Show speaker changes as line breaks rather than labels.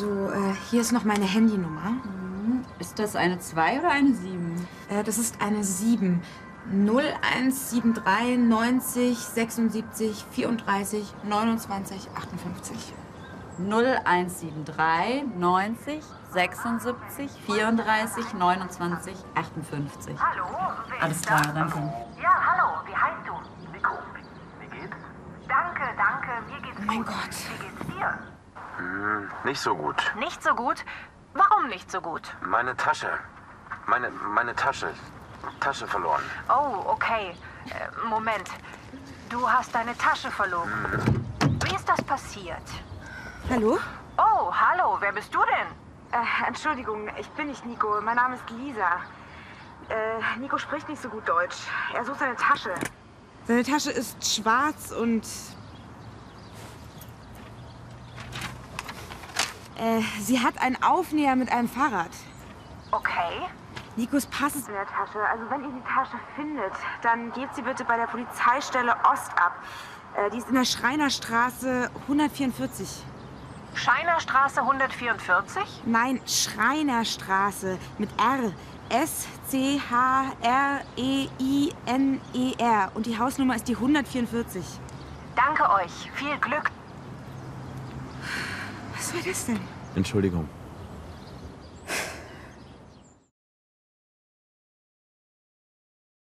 äh, Hier ist noch meine Handynummer.
Ist das eine 2 oder eine 7?
Äh, das ist eine 7. 0173 90 76 34 29 58.
0173 90 76 34 29 58.
Hallo, wer
Alles
ist
klar,
da?
danke.
Ja, hallo, wie heißt du? Nico. Mir geht's? Danke, danke, mir geht's
Mein
gut.
Gott.
Wie geht's dir?
Nicht so gut.
Nicht so gut? Warum nicht so gut?
Meine Tasche. Meine, meine Tasche. Tasche verloren.
Oh, okay. Äh, Moment. Du hast deine Tasche verloren. Wie ist das passiert?
Hallo?
Oh, hallo, wer bist du denn?
Äh, Entschuldigung, ich bin nicht Nico. Mein Name ist Lisa. Äh, Nico spricht nicht so gut Deutsch. Er sucht seine Tasche. Seine Tasche ist schwarz und. Äh, sie hat einen Aufnäher mit einem Fahrrad.
Okay.
Nikos Pass ist in der Tasche. Also wenn ihr die Tasche findet, dann gebt sie bitte bei der Polizeistelle Ost ab. Äh, die ist in der Schreinerstraße 144.
Scheinerstraße 144?
Nein, Schreinerstraße mit R. E S-C-H-R-E-I-N-E-R. E Und die Hausnummer ist die 144.
Danke euch. Viel Glück.
Was war das denn?
Entschuldigung.